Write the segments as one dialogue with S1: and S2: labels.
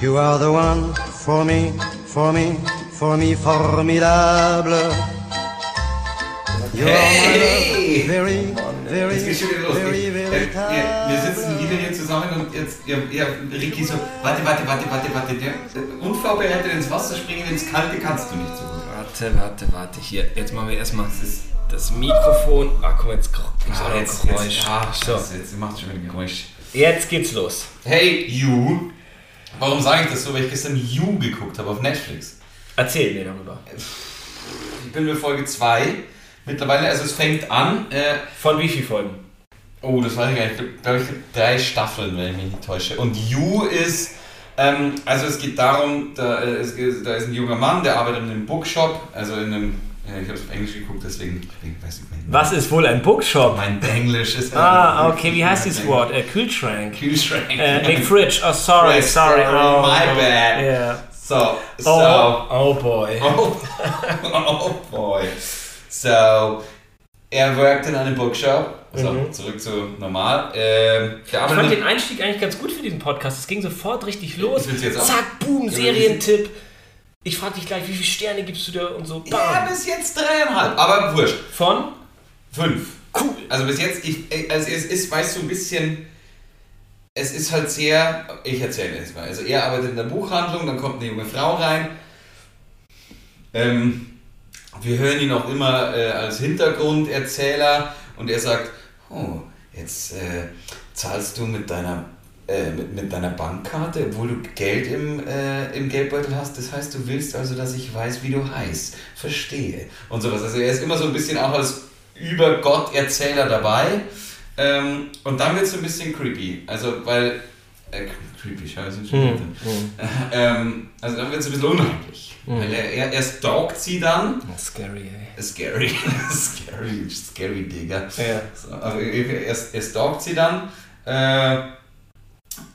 S1: You are the one for me, for me, for me, formidable. You are my love,
S2: Hey!
S1: very, very,
S2: Jetzt geht's schon wieder los.
S1: very,
S2: Wir,
S1: very
S2: wir, wir sitzen wieder hier zusammen und jetzt, ja, ja, Ricky so, warte, warte, warte, warte, warte. Der, der unvorbereitet ins Wasser springen, ins Kalte kannst du nicht so gut.
S3: Warte, warte, warte. Hier, jetzt machen wir erstmal das Mikrofon. Ah, guck mal, jetzt kommt
S2: Ah,
S3: ah,
S2: jetzt,
S3: Geräusch.
S2: Jetzt, ah,
S3: so,
S2: Scheiße, jetzt macht schon wieder ein Geräusch.
S3: jetzt geht's los.
S2: Hey, you. Warum sage ich das so? Weil ich gestern You geguckt habe auf Netflix.
S3: Erzähl mir darüber.
S2: Ich bin bei Folge 2. Mittlerweile, also es fängt an. Äh,
S3: Von wie viel Folgen?
S2: Oh, das weiß ich gar nicht. Ich glaube, ich gibt drei Staffeln, wenn ich mich nicht täusche. Und You ist, ähm, also es geht darum, da, äh, es, geht- da ist ein junger Mann, der arbeitet in einem Bookshop, also in einem, äh, ich habe es auf Englisch geguckt, deswegen, deswegen weiß ich nicht.
S3: Was ist wohl ein Bookshop?
S2: Mein Englisch ist. halt
S3: Ah, okay, wie heißt dieses Wort? Äh, Kühlschrank.
S2: Kühlschrank.
S3: Äh, nee, Fridge. Oh, sorry,
S2: Fridge, sorry,
S3: sorry. Oh,
S2: my bad.
S3: Yeah.
S2: So, so.
S3: Oh, oh boy.
S2: Oh, oh boy. So, er worked in einem Bookshop. So,
S3: Mhm.
S2: zurück zu normal. Ähm, der
S3: Ich
S2: arbeitet
S3: fand den Einstieg eigentlich ganz gut für diesen Podcast. Es ging sofort richtig los.
S2: Ich will's jetzt auch.
S3: Zack, boom,
S2: Ja,
S3: Serientipp. Ich frag dich gleich, wie viele Sterne gibst du dir und so.
S2: Ja,
S3: Bam.
S2: bis jetzt dreieinhalb, aber wurscht.
S3: Von?
S2: Fünf.
S3: Cool.
S2: Also bis jetzt, ich, also es ist, weißt du, ein bisschen, es ist halt sehr, ich erzähle erstmal. Also er arbeitet in der Buchhandlung, dann kommt eine junge Frau rein. Ähm, wir hören ihn auch immer äh, als Hintergrunderzähler und er sagt, oh, jetzt äh, zahlst du mit deiner, äh, mit, mit deiner Bankkarte, obwohl du Geld im, äh, im Geldbeutel hast. Das heißt, du willst also, dass ich weiß, wie du heißt. Verstehe. Und sowas. Also er ist immer so ein bisschen auch als Übergott-Erzähler dabei. Ähm, und dann wird es ein bisschen creepy. Also, weil... Äh, creepy, scheiße.
S3: Hm.
S2: Ähm, also dann wird es ein bisschen unheimlich. Weil er, er, er stalkt sie dann.
S3: Scary, ey.
S2: Scary, scary, scary Digga.
S3: Ja.
S2: So, also er, er, er stalkt sie dann äh,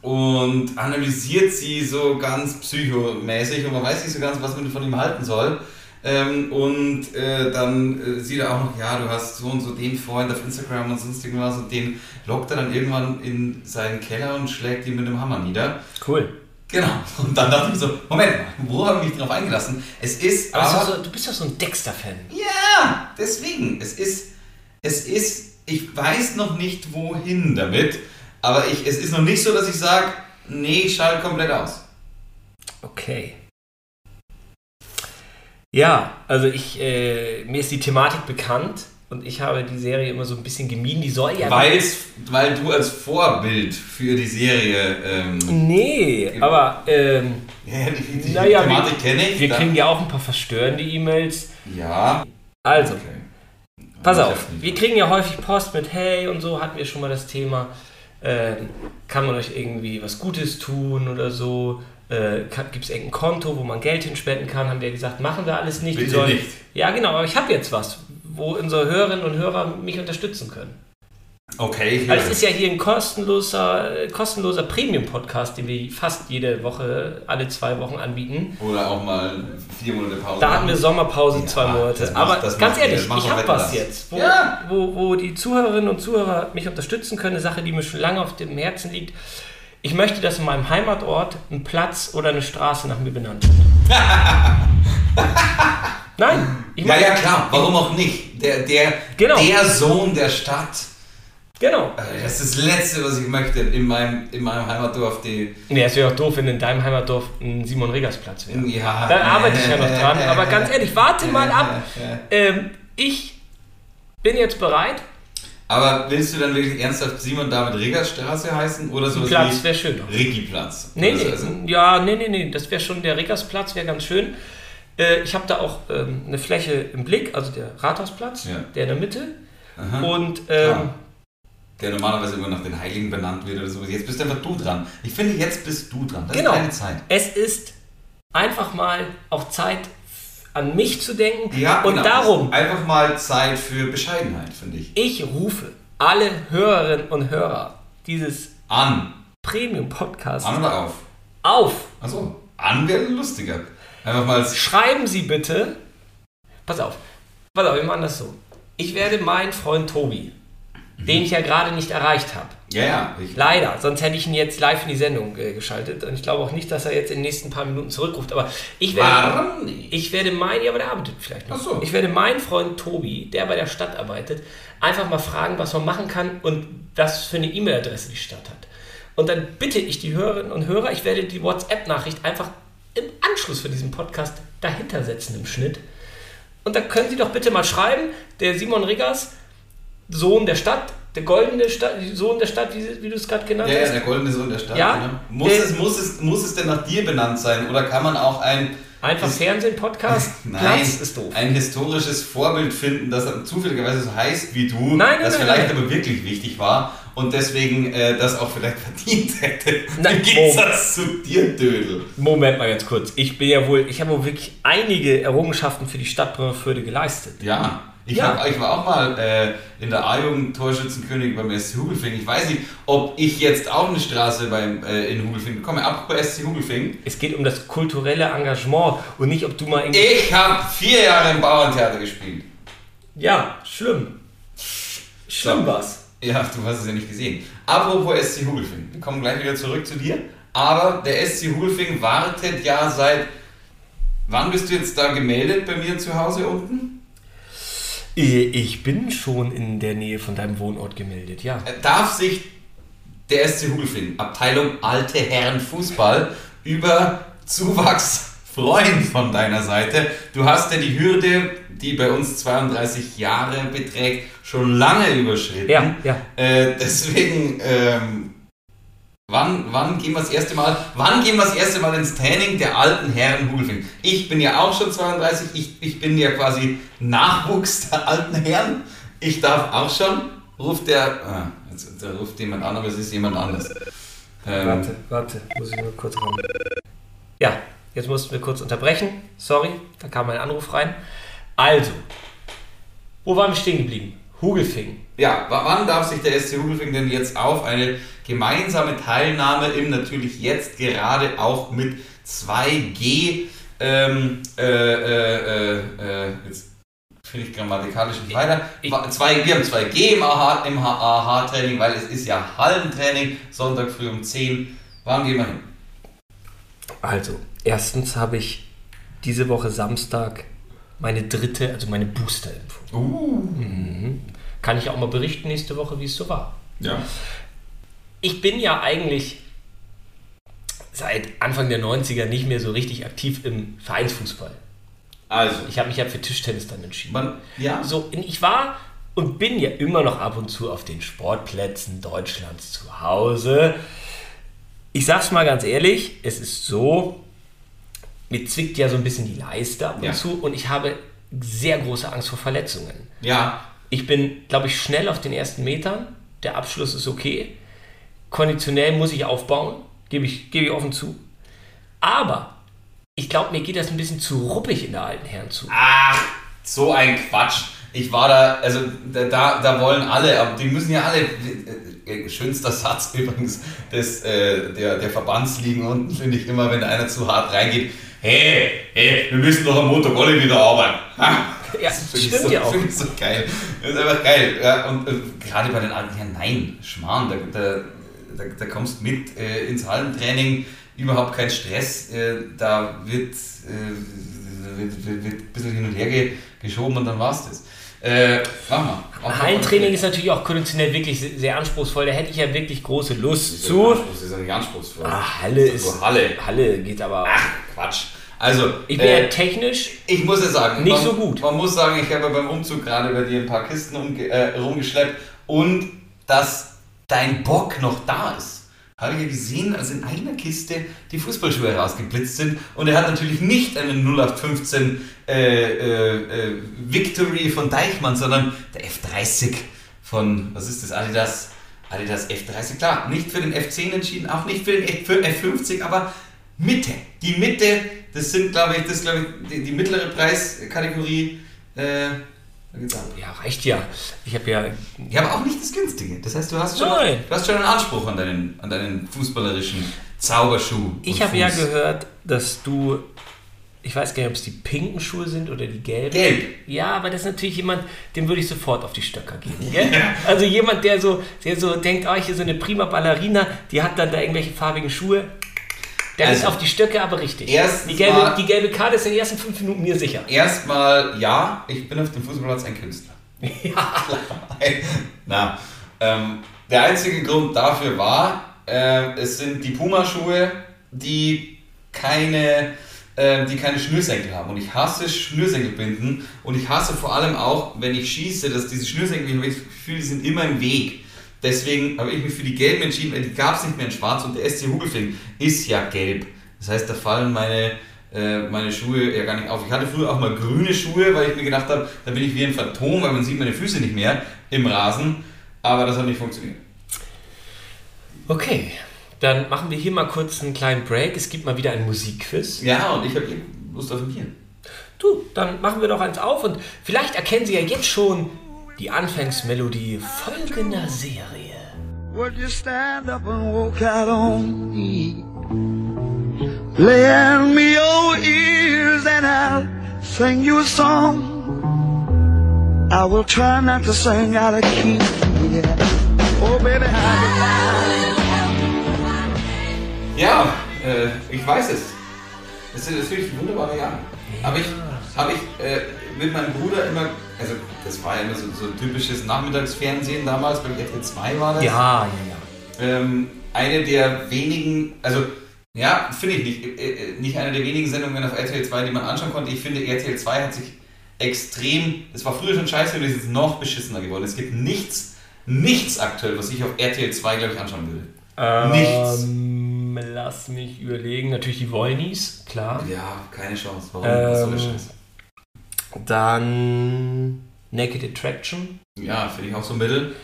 S2: und analysiert sie so ganz psychomäßig und man weiß nicht so ganz, was man von ihm halten soll. Ähm, und äh, dann äh, sieht er auch noch, ja, du hast so und so den Freund auf Instagram und sonst irgendwas und den lockt er dann irgendwann in seinen Keller und schlägt ihn mit dem Hammer nieder.
S3: Cool.
S2: Genau. Und dann dachte ich so, Moment mal, wo habe ich mich drauf eingelassen? Es ist
S3: Aber,
S2: aber...
S3: so, du bist doch so ein Dexter-Fan.
S2: ja, deswegen. Es ist... Es ist... Ich weiß noch nicht, wohin damit. Aber ich, es ist noch nicht so, dass ich sage, nee, ich schalte komplett aus.
S3: Okay. Ja, also ich, äh, mir ist die Thematik bekannt und ich habe die Serie immer so ein bisschen gemieden. Die soll ja.
S2: Weil's, weil du als Vorbild für die Serie... Ähm,
S3: Nee, aber ähm,
S2: ja, die, die
S3: Naja,
S2: Thematik kenne ich.
S3: wir
S2: da-
S3: kriegen ja auch ein paar verstörende E-Mails.
S2: ja.
S3: Also,
S2: Okay.
S3: pass
S2: Ich
S3: auf.
S2: hab's nicht.
S3: Wir kriegen ja häufig Post mit Hey und so, hatten wir schon mal das Thema. Ähm, kann man euch irgendwie was Gutes tun oder so? Äh, Gibt es irgendein Konto, wo man Geld hinspenden kann? Haben wir ja gesagt, machen wir alles nicht. Die
S2: Bitte nicht.
S3: Ja, genau, aber ich habe jetzt was, wo unsere Hörerinnen und Hörer mich unterstützen können.
S2: Okay, ich höre.
S3: Also es ist ja hier ein kostenloser, äh, kostenloser Premium-Podcast, den wir fast jede Woche, alle zwei Wochen anbieten.
S2: Oder auch mal vier Monate Pause.
S3: Da hatten wir Sommerpause
S2: Ja,
S3: zwei Monate.
S2: das macht-
S3: Aber
S2: das
S3: ganz
S2: macht-
S3: ehrlich,
S2: das macht
S3: ich
S2: auch
S3: habe was
S2: Wetten, das.
S3: jetzt, wo,
S2: Ja.
S3: wo, wo die Zuhörerinnen und Zuhörer mich unterstützen können, eine Sache, die mir schon lange auf dem Herzen liegt. Ich möchte, dass in meinem Heimatort ein Platz oder eine Straße nach mir benannt wird. Nein, ich
S2: Ja,
S3: meine,
S2: ja, klar, warum auch nicht? Der, der,
S3: Genau.
S2: der Sohn der Stadt.
S3: genau.
S2: Also Das ist das Letzte, was ich möchte in meinem, in meinem Heimatdorf. Die,
S3: Nee, es wäre doch doof, wenn in deinem Heimatdorf ein Simon-Regers-Platz wäre.
S2: ja.
S3: Da arbeite ich ja noch dran. Aber ganz ehrlich, warte mal ab. Ähm, ich bin jetzt bereit.
S2: Aber willst du dann wirklich ernsthaft Simon David Riggers Straße heißen oder sowas
S3: Platz
S2: wie
S3: wäre schön.
S2: Ricky Platz?
S3: Nee,
S2: Also,
S3: nee,
S2: also,
S3: ja, nee, nee, nee. Das wäre schon der Rickersplatz, wäre ganz schön. Äh, ich habe da auch ähm, eine Fläche im Blick, also der Rathausplatz,
S2: Ja.
S3: der in der Mitte.
S2: Aha.
S3: Und ähm,
S2: Klar. Der normalerweise immer nach den Heiligen benannt wird oder sowas. Jetzt bist einfach du dran. Ich finde, jetzt bist du dran. Das
S3: Genau.
S2: ist deine Zeit.
S3: es ist einfach mal auch Zeit, an mich zu denken.
S2: Ja,
S3: und
S2: genau.
S3: darum,
S2: Einfach mal Zeit für Bescheidenheit, finde ich.
S3: ich rufe alle Hörerinnen und Hörer dieses
S2: An.
S3: Premium-Podcasts
S2: An oder auf?
S3: auf.
S2: Achso, an wäre lustiger. Einfach mal als
S3: Schreiben Sie bitte. Pass auf. Pass auf, wir machen das so. Ich werde meinen Freund Tobi den ich ja gerade nicht erreicht habe.
S2: Ja, ja. Ich,
S3: Leider, sonst hätte ich ihn jetzt live in die Sendung äh, geschaltet. Und ich glaube auch nicht, dass er jetzt in den nächsten paar Minuten zurückruft. Aber ich werde,
S2: Warum nicht?
S3: ich werde meinen, ja, aber der arbeitet vielleicht noch.
S2: Ach so.
S3: Ich werde meinen Freund Tobi, der bei der Stadt arbeitet, einfach mal fragen, was man machen kann und was für eine E-Mail-Adresse die Stadt hat. Und dann bitte ich die Hörerinnen und Hörer, ich werde die WhatsApp-Nachricht einfach im Anschluss für diesen Podcast dahinter setzen im Schnitt. Und da können Sie doch bitte mal schreiben, der Simon Riggers, Sohn der Stadt, der goldene Stadt, Sohn der Stadt, wie, wie du es gerade genannt
S2: ja, ja,
S3: hast.
S2: der goldene Sohn der Stadt.
S3: Ja.
S2: Genau. Muss,
S3: Der-
S2: es, muss, es, muss es denn nach dir benannt sein? Oder kann man auch ein,
S3: Einfach Fernsehen, Podcast,
S2: nein,
S3: Platz ist doof.
S2: ein historisches Vorbild finden, das dann zufälligerweise so heißt wie du,
S3: Nein, nein,
S2: das
S3: nein,
S2: vielleicht
S3: nein.
S2: aber wirklich wichtig war und deswegen äh, das auch vielleicht verdient hätte?
S3: Nein,
S2: Im Gegensatz zu dir, Dödel.
S3: Moment mal ganz kurz. Ich bin ja wohl, ich habe wohl wirklich einige Errungenschaften für die Stadt Bremerförde geleistet.
S2: Ja. Ich,
S3: Ja.
S2: Hab, ich war auch mal äh, in der A-Jugend Torschützenkönig beim SC Hugelfing. Ich weiß nicht, ob ich jetzt auch eine Straße beim, äh, in Hugelfing bekomme. Apropos SC Hugelfing.
S3: Es geht um das kulturelle Engagement und nicht, ob du mal irgendwie.
S2: Ich habe vier Jahre im Bauerntheater gespielt.
S3: Ja, schlimm. Schlimm
S2: So.
S3: war's.
S2: Ja, du hast es ja nicht gesehen. Apropos SC Hugelfing. Wir kommen gleich wieder zurück zu dir. Aber der SC Hugelfing wartet ja seit... Wann bist du jetzt da gemeldet bei mir zu Hause unten?
S3: Ich bin schon in der Nähe von deinem Wohnort gemeldet, ja.
S2: Äh, Darf sich der SC Hugelfing, Abteilung Alte Herren Fußball, über Zuwachs freuen von deiner Seite? Du hast ja die Hürde, die bei uns 32 Jahre beträgt, schon lange überschritten.
S3: Ja, ja.
S2: Äh, deswegen, ähm, wann, wann gehen wir das erste Mal, wann gehen wir das erste Mal ins Training der alten Herren Hugelfing? Ich bin ja auch schon 32, ich, ich bin ja quasi Nachwuchs der alten Herren. Ich darf auch schon, ruft der, ah, jetzt, da ruft jemand an, aber es ist jemand anders. Ähm,
S3: Warte, warte, muss ich nur kurz ran. Ja, jetzt mussten wir kurz unterbrechen. Sorry, da kam ein Anruf rein. Also, wo waren wir stehen geblieben? Hugelfing.
S2: ja, wa- wann darf sich der SC Hugelfing denn jetzt auf eine gemeinsame Teilnahme im natürlich jetzt gerade auch mit 2G ähm, äh, äh, äh, äh, jetzt finde ich grammatikalisch nicht weiter.
S3: Ich-
S2: Wa- zwei, wir haben 2G im AH im HAH-Training, weil es ist ja Hallentraining, Sonntag früh um 10. Wann gehen wir hin?
S3: Also, erstens habe ich diese Woche Samstag meine dritte, also meine Booster-Impfung. Mhm.
S2: Uh,
S3: Kann ich auch mal berichten nächste Woche, wie es so war.
S2: ja.
S3: ich bin ja eigentlich seit Anfang der 90er nicht mehr so richtig aktiv im Vereinsfußball.
S2: Also,
S3: Ich habe mich ja für Tischtennis dann entschieden.
S2: man, ja,
S3: So, und ich war und bin ja immer noch ab und zu auf den Sportplätzen Deutschlands zu Hause. Ich sag's mal ganz ehrlich, es ist so, mir zwickt ja so ein bisschen die Leiste ab und
S2: Ja.
S3: zu und ich habe sehr große Angst vor Verletzungen.
S2: ja,
S3: Ich bin, glaube ich, schnell auf den ersten Metern. Der Abschluss ist okay. Konditionell muss ich aufbauen, gebe ich, gebe ich offen zu. Aber ich glaube, mir geht das ein bisschen zu ruppig in der alten Herren zu.
S2: Ach, so ein Quatsch. Ich war da, also da, da, da wollen alle, aber die müssen ja alle, äh, äh, schönster Satz übrigens des, äh, der, der Verbandsligen unten, finde ich immer, wenn einer zu hart reingeht. Hey, hey, wir müssen doch am Montag alle wieder arbeiten. Ha! Finde
S3: Ja,
S2: Also ich
S3: stimmt
S2: so,
S3: ja auch.
S2: Finde ich so geil. Das ist einfach geil. Ja, und äh, gerade bei den alten Herren, nein, Schmarrn, da, da, da, da kommst du mit äh, ins Hallentraining, überhaupt kein Stress. Äh, da wird, äh, wird, wird, wird ein bisschen hin und her ge- geschoben und dann war's das. Äh, mach mal. Mach mal.
S3: Hallentraining ist natürlich auch konditionell wirklich se- sehr anspruchsvoll. Da hätte ich ja wirklich große Lust
S2: Das ist ja nicht
S3: zu.
S2: anspruchs- Das ist ja nicht anspruchsvoll.
S3: Ah, Halle
S2: Das
S3: ist.
S2: nur Halle.
S3: Halle geht aber.
S2: Ach, Quatsch. Also,
S3: Ich bin
S2: äh,
S3: ja technisch.
S2: Ich muss ja sagen,
S3: Nicht
S2: man,
S3: so gut.
S2: Man muss sagen, ich habe beim Umzug gerade bei dir ein paar Kisten umge äh, rumgeschleppt und dass dein Bock noch da ist. Habe ich ja gesehen, als in einer Kiste die Fußballschuhe rausgeblitzt sind und er hat natürlich nicht einen 0815 äh, äh, äh, Victory von Deichmann, sondern der F30 von, was ist das, Adidas? Adidas F30, klar, nicht für den F10 entschieden, auch nicht für den F- für F50, aber Mitte. Die Mitte, das sind, glaube ich, das ist, glaube ich, die, die mittlere Preiskategorie. Äh, da geht's ab.
S3: Ja, reicht ja. Ich habe ja.
S2: ja, aber auch nicht das Günstige. Das heißt, du hast schon,
S3: Nein.
S2: du hast schon einen Anspruch an deinen, an deinen fußballerischen Zauberschuh. und
S3: Ich habe ja
S2: Fuß.
S3: gehört, dass du ich weiß gar nicht, ob es die pinken Schuhe sind oder die gelben.
S2: Gelb.
S3: Ja, aber das ist natürlich jemand, dem würde ich sofort auf die Stöcker gehen. Gell? Also jemand, der so, der so denkt, oh, hier so eine prima Ballerina, die hat dann da irgendwelche farbigen Schuhe. Der
S2: Also,
S3: ist auf die Stöcke aber richtig.
S2: erstens
S3: Die gelbe,
S2: mal-
S3: die gelbe Karte ist in den ersten fünf Minuten mir sicher.
S2: Erstmal, ja, ich bin auf dem Fußballplatz ein Künstler. Na, ähm, der einzige Grund dafür war, äh, es sind die Puma-Schuhe, die keine, äh, die keine Schnürsenkel haben. Und ich hasse Schnürsenkelbinden und ich hasse vor allem auch, wenn ich schieße, dass diese Schnürsenkel, ich habe das Gefühl, die sind immer im Weg. Deswegen habe ich mich für die gelben entschieden, weil die gab es nicht mehr in schwarz und der SC Hugelfing ist ja gelb. Das heißt, da fallen meine, äh, meine Schuhe ja gar nicht auf. Ich hatte früher auch mal grüne Schuhe, weil ich mir gedacht habe, da bin ich wie ein Phantom, weil man sieht meine Füße nicht mehr im Rasen. Aber das hat nicht funktioniert.
S3: Okay, dann machen wir hier mal kurz einen kleinen Break. Es gibt mal wieder ein Musikquiz.
S2: Ja, und ich habe Lust auf ein Bier.
S3: Du, dann machen wir doch eins auf und vielleicht erkennen Sie ja jetzt schon die Anfangsmelodie folgender Serie.
S4: Would you stand up and walk out on me? Lend me your ears and I'll sing you a song. I will try not to sing out of key. yeah. Oh, baby, how
S2: Ja, äh, ich weiß es. Das sind natürlich wunderbare Jahre. Aber ich habe ich äh, mit meinem Bruder immer, also das war ja immer so, so ein typisches Nachmittagsfernsehen damals, bei RTL 2 war das.
S3: Ja, ja, ja.
S2: ähm, eine der wenigen, also ja, finde ich nicht, äh, äh, nicht eine der wenigen Sendungen auf RTL 2, die man anschauen konnte. Ich finde, RTL 2 hat sich extrem, es war früher schon scheiße, aber es ist noch beschissener geworden. Es gibt nichts, nichts aktuell, was ich auf RTL 2, glaube ich, anschauen würde. Nichts.
S3: Ähm, Lass mich überlegen. Natürlich die Wollnies, klar.
S2: Ja, keine Chance. Warum? Was soll der
S3: Ähm.
S2: Scheiß?
S3: Dann Naked Attraction.
S2: Ja, finde ich auch so mittel.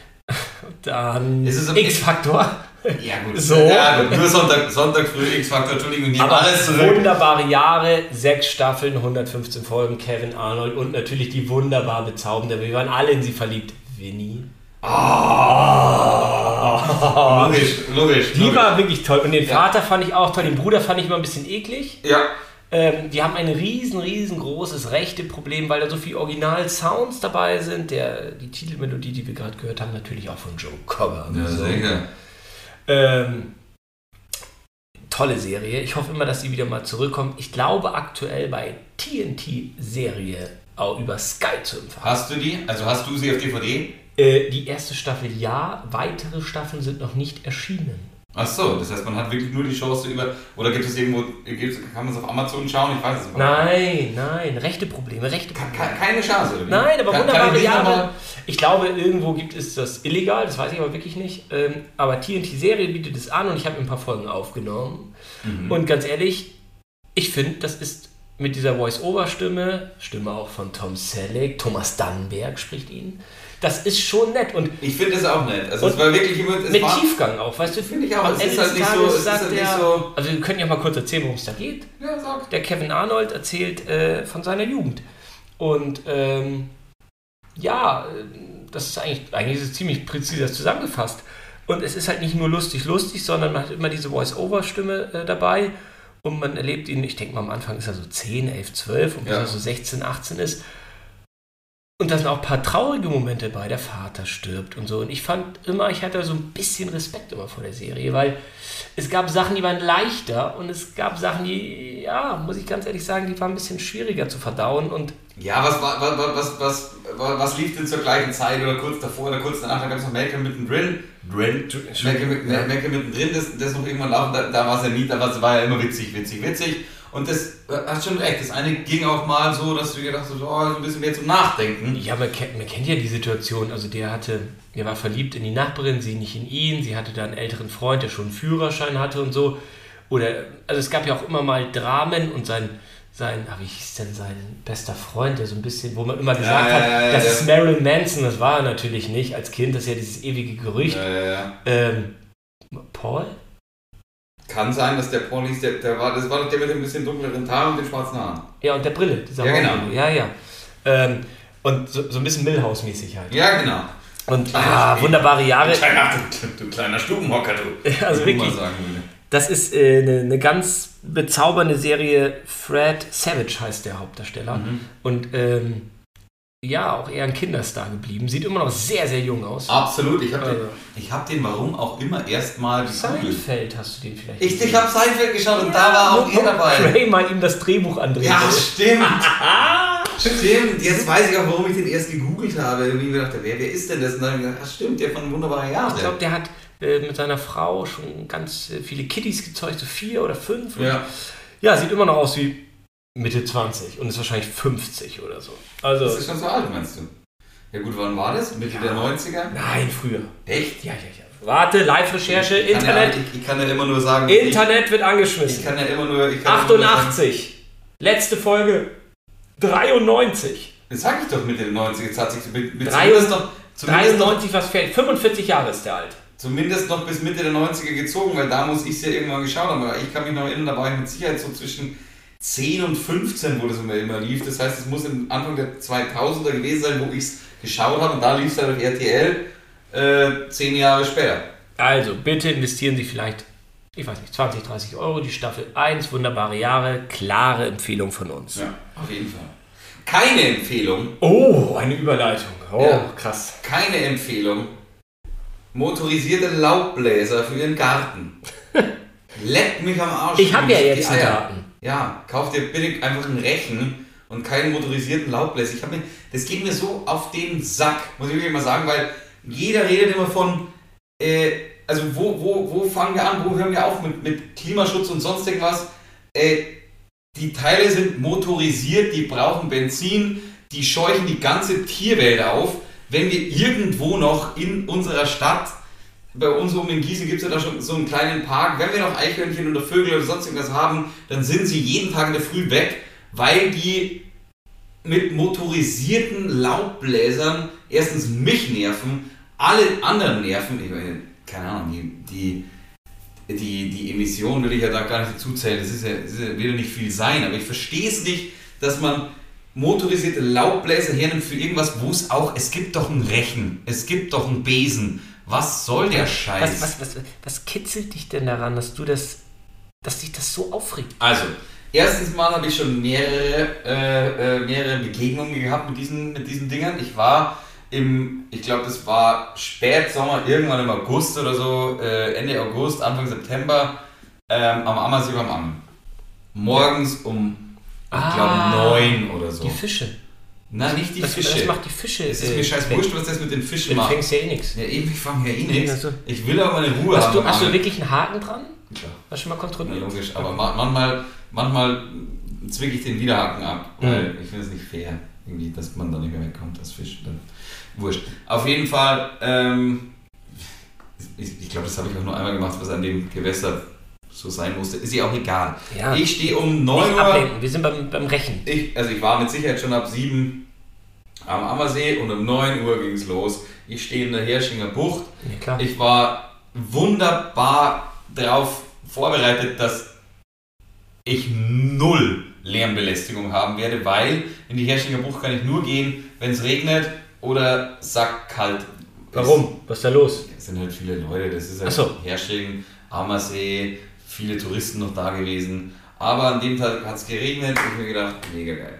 S3: Dann
S2: Es ist am-
S3: X-Faktor.
S2: Ja, gut.
S3: So.
S2: Ja, gut. Nur Sonntag, Sonntag früh, X-Faktor, Entschuldigung, die
S3: Aber
S2: alles zurück.
S3: wunderbare Jahre, sechs Staffeln, 115 Folgen, Kevin Arnold und natürlich die wunderbar bezaubernde. Wir waren alle in sie verliebt. Winnie.
S2: Ah, Logisch, logisch.
S3: Die
S2: logisch.
S3: war wirklich toll. Und den Vater fand ich auch toll. Den Bruder fand ich immer ein bisschen eklig.
S2: Ja,
S3: Ähm, die haben ein riesen, riesengroßes rechte Problem, weil da so viel Original-Sounds dabei sind. Der, die Titelmelodie, die wir gerade gehört haben, natürlich auch von Joe Cocker.
S2: ja
S3: so.
S2: sicher.
S3: ähm, tolle Serie. Ich hoffe immer, dass sie wieder mal zurückkommt. Ich glaube aktuell bei TNT-Serie auch über Sky zu empfangen.
S2: Hast du die? Also hast du sie auf DVD?
S3: Äh, die erste Staffel ja, weitere Staffeln sind noch nicht erschienen.
S2: Ach so, das heißt, man hat wirklich nur die Chance über. Oder gibt es irgendwo. Gibt's, kann man es auf Amazon schauen? Ich weiß es nicht.
S3: Nein, nein, rechte Probleme, rechte Probleme.
S2: Ke- Keine Chance. Oder? wie?
S3: Nein, aber
S2: Kann- kann
S3: wunderbare
S2: ich nicht
S3: Jahre.
S2: nochmal-
S3: Ich glaube, irgendwo gibt es das illegal, das weiß ich aber wirklich nicht. Ähm, aber TNT-Serie bietet es an und ich habe ein paar Folgen aufgenommen.
S2: Mhm.
S3: Und ganz ehrlich, ich finde, das ist mit dieser Voice-Over-Stimme, Stimme auch von Tom Selleck, Thomas Dannenberg spricht ihn, das ist schon nett. Und
S2: Ich finde es auch nett. Also, es
S3: Und
S2: war wirklich immer. Es
S3: mit
S2: war,
S3: Tiefgang auch, weißt du,
S2: Finde ich auch.
S3: am
S2: Es
S3: Ende
S2: ist halt
S3: des
S2: nicht so-
S3: Tages
S2: es ist
S3: sagt
S2: halt nicht
S3: er-
S2: so-
S3: Also, wir können ja mal kurz erzählen, worum es da geht
S2: Ja, sag.
S3: der Kevin Arnold erzählt äh, von seiner Jugend. Und ähm, ja, äh, das ist eigentlich, eigentlich ist es ziemlich präzise zusammengefasst. Und es ist halt nicht nur lustig, lustig, sondern man hat immer diese Voice-Over-Stimme äh, dabei. Und man erlebt ihn, ich denke mal, am Anfang ist er so 10, 11, 12 und bis
S2: Ja.
S3: er so 16, 18 ist. Und da sind auch ein paar traurige Momente bei, der Vater stirbt und so. Und ich fand immer, ich hatte so ein bisschen Respekt immer vor der Serie, weil es gab Sachen, die waren leichter und es gab Sachen, die, ja, muss ich ganz ehrlich sagen, die waren ein bisschen schwieriger zu verdauen. Und
S2: Ja, was, war- was, was, was, was, was lief denn zur gleichen Zeit oder kurz davor oder kurz danach? Da gab es noch Malcolm mittendrin. Drin? Malcolm, mit-
S3: Ja.
S2: Malcolm mittendrin, das, das noch irgendwann laufen, da, da war es ja nie, da war es war ja immer witzig, witzig, witzig. Und das äh, hast schon recht. Das eine ging auch mal so, dass du dir gedacht hast, oh, so ein bisschen mehr zum Nachdenken.
S3: ja, man kennt, man kennt ja die Situation. Also der hatte, der war verliebt in die Nachbarin, sie nicht in ihn. Sie hatte da einen älteren Freund, der schon einen Führerschein hatte und so. Oder, also es gab ja auch immer mal Dramen und sein, sein, ah, wie hieß denn sein bester Freund, der so ein bisschen, wo man immer gesagt
S2: ja,
S3: hat,
S2: ja, ja,
S3: das
S2: der-
S3: ist Marilyn Manson, das war er natürlich nicht als Kind, das ist ja dieses ewige Gerücht.
S2: Äh,
S3: Ähm, Paul?
S2: Kann sein, dass der Paul hieß, der, der war, das war doch der mit dem bisschen dunkleren Haar und den schwarzen Haaren.
S3: Ja, und der Brille. Dieser
S2: Ja, genau.
S3: Hornbrille. Ja, ja. Ähm, und so, so ein bisschen Millhaus-mäßig halt.
S2: Ja, eh genau.
S3: Und ah, wunderbare Jahre.
S2: Kleiner, du, du kleiner Stubenhocker, du.
S3: Also
S2: Wie man
S3: wirklich.
S2: Sagen würde.
S3: Das ist äh, eine, eine ganz bezaubernde Serie. Fred Savage heißt der
S2: Mhm.
S3: Hauptdarsteller. Und ähm, ja, auch eher ein Kinderstar geblieben. Sieht immer noch sehr, sehr jung aus.
S2: Absolut, ich habe den,
S3: Also.
S2: ich hab den warum auch immer erstmal gegoogelt.
S3: Seinfeld hast du den vielleicht.
S2: Ich, ich habe Seinfeld geschaut und da war auch er dabei.
S3: Ray mal ihm das Drehbuch andrehen.
S2: Ja,
S3: will.
S2: stimmt. stimmt, jetzt weiß ich auch, warum ich den erst gegoogelt habe. Irgendwie mir dachte, wer, wer ist denn das? Und dann habe ich gedacht, ach stimmt, der von wunderbare Jahre.
S3: Ich glaube, der hat äh, mit seiner Frau schon ganz äh, viele Kittys gezeugt, so vier oder fünf.
S2: ja.
S3: ja, sieht immer noch aus wie Mitte 20 und ist wahrscheinlich 50 oder so.
S2: Das
S3: Also,
S2: ist schon so alt, meinst du? Ja gut, wann war das? Mitte der 90er?
S3: nein, früher.
S2: Echt?
S3: Ja, ja, ja. Warte, Live-Recherche,
S2: Ich kann
S3: Internet.
S2: Ja, ich, ich kann ja immer nur sagen,
S3: Internet wird
S2: ich, ich
S3: angeschmissen.
S2: kann ja immer nur... Ich kann ja immer nur sagen-
S3: 88. Letzte Folge. 93.
S2: Das sag ich doch Mitte der 90er. Jetzt hat sich mit, mit
S3: Drei-
S2: zumindest, noch, zumindest, noch,
S3: 93 was fehlt. 45 Jahre ist der alt.
S2: zumindest noch bis Mitte der 90er gezogen, weil da muss ich es ja irgendwann geschaut haben. Aber ich kann mich noch erinnern, da war ich mit Sicherheit so zwischen 10 und 15, wo das immer, immer lief. Das heißt, es muss im Anfang der 2000er gewesen sein, wo ich es geschaut habe. Und da lief es dann auf RTL äh, 10 Jahre später.
S3: Also, bitte investieren Sie vielleicht, ich weiß nicht, 20, 30 Euro, die Staffel 1, wunderbare Jahre, klare Empfehlung von uns.
S2: Ja, auf jeden Fall. Keine Empfehlung,
S3: Oh, eine Überleitung. Oh,
S2: Ja.
S3: krass.
S2: keine Empfehlung. Motorisierte Laubbläser für Ihren Garten. Leck mich am Arsch.
S3: Ich hab ja
S2: Die
S3: jetzt einen
S2: Eier.
S3: Garten.
S2: Ja, kauf dir bitte einfach einen Rechen und keinen motorisierten Laubbläser. Ich hab mir, das geht mir so auf den Sack, muss ich wirklich mal sagen, weil jeder redet immer von, äh, also wo, wo, wo fangen wir an, wo hören wir auf mit, mit Klimaschutz und sonst irgendwas. Äh, die Teile sind motorisiert, die brauchen Benzin, die scheuchen die ganze Tierwelt auf. Wenn wir irgendwo noch in unserer Stadt, bei uns oben in Gießen gibt es ja da schon so einen kleinen Park, wenn wir noch Eichhörnchen oder Vögel oder sonst irgendwas haben, dann sind sie jeden Tag in der Früh weg, weil die mit motorisierten Laubbläsern erstens mich nerven, alle anderen nerven, ich meine, keine Ahnung, die, die die, die Emission will ich ja da gar nicht dazu zählen, das, ist ja, das ist ja, will ja nicht viel sein, aber ich verstehe es nicht, dass man motorisierte Laubbläser hernimmt für irgendwas, wo es auch, es gibt doch einen Rechen, es gibt doch einen Besen. Was soll der Scheiß?
S3: Was, was, was, was kitzelt dich denn daran, dass du das, dass dich das so aufregt?
S2: Also, erstens mal habe ich schon mehrere, äh, äh, mehrere Begegnungen gehabt mit diesen, mit diesen Dingern. Ich war im, ich glaube, das war Spätsommer, irgendwann im August oder so, äh, Ende August, Anfang September, ähm, am Ammersee beim Ammen. Morgens um, ich glaube,
S3: Ah,
S2: neun oder so.
S3: Die Fische.
S2: Na, nicht die
S3: das,
S2: Fische.
S3: das macht die Fische. äh,
S2: es ist mir scheiß wurscht, was das mit den Fischen
S3: Du
S2: macht.
S3: fängst ja eh nichts.
S2: Ja, eben, ich fange ja eh
S3: Ja,
S2: nichts.
S3: so.
S2: Ich will aber meine Ruhe
S3: Hast
S2: haben.
S3: du,
S2: beim
S3: hast du
S2: Angeln.
S3: wirklich einen Haken dran?
S2: Klar.
S3: Hast du schon mal
S2: Ja,
S3: kontrolliert?
S2: logisch, aber ma manchmal, manchmal zwicke ich den Widerhaken ab,
S3: Mhm.
S2: weil ich finde es nicht fair, irgendwie, dass man da nicht mehr wegkommt als Fisch. Dann, wurscht. Auf jeden Fall, ähm, ich, ich glaube, das habe ich auch nur einmal gemacht, was an dem Gewässer so sein musste. Ist ja auch egal.
S3: Ja.
S2: Ich stehe um 9
S3: Nicht
S2: Uhr
S3: ablenken, wir sind beim, beim Rechen.
S2: ich, also ich war mit Sicherheit schon ab 7 am Ammersee und um 9 Uhr ging es los. Ich stehe in der Herschinger Bucht.
S3: Ja, klar.
S2: Ich war wunderbar darauf vorbereitet, dass ich null Lärmbelästigung haben werde, weil in die Herschinger Bucht kann ich nur gehen, wenn es regnet oder sackkalt. ist.
S3: Was ist da los?
S2: Es sind halt viele Leute, das ist halt
S3: Ach so.
S2: Hersching, Ammersee, viele Touristen noch da gewesen. Aber an dem Tag hat es geregnet und ich mir gedacht, mega geil.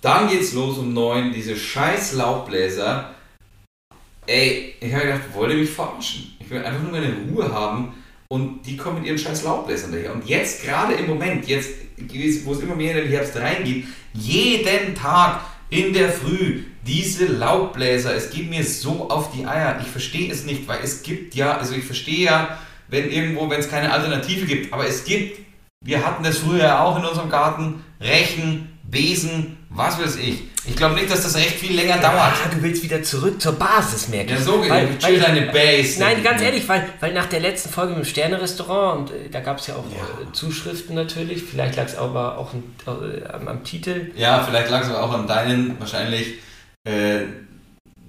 S2: Dann geht's los um neun, diese scheiß Laubbläser. Ey, ich habe gedacht, wollt ihr mich verarschen? Ich will einfach nur meine Ruhe haben und die kommen mit ihren scheiß Laubbläsern daher. Und jetzt, gerade im Moment, jetzt, wo es immer mehr in den Herbst reingeht, jeden Tag in der Früh diese Laubbläser, es geht mir so auf die Eier. Ich verstehe es nicht, weil es gibt ja, also ich verstehe ja, wenn irgendwo, wenn es keine Alternative gibt, aber es gibt, wir hatten das früher auch in unserem Garten, Rechen, Besen, was weiß ich. Ich glaube nicht, dass das recht viel länger dauert.
S3: Ah, du willst wieder zurück zur Basis, merke
S2: Ja,
S3: ich.
S2: so geht
S3: Weil-
S2: es. Chill
S3: weil-
S2: deine Base. ne?
S3: Nein, ganz ehrlich, weil, weil nach der letzten Folge mit dem Sterne-Restaurant, und äh, da gab es ja auch
S2: Ja.
S3: Äh, Zuschriften natürlich, vielleicht lag es aber auch am- äh, am, am Titel.
S2: Ja, vielleicht lag es aber auch an deinen wahrscheinlich äh,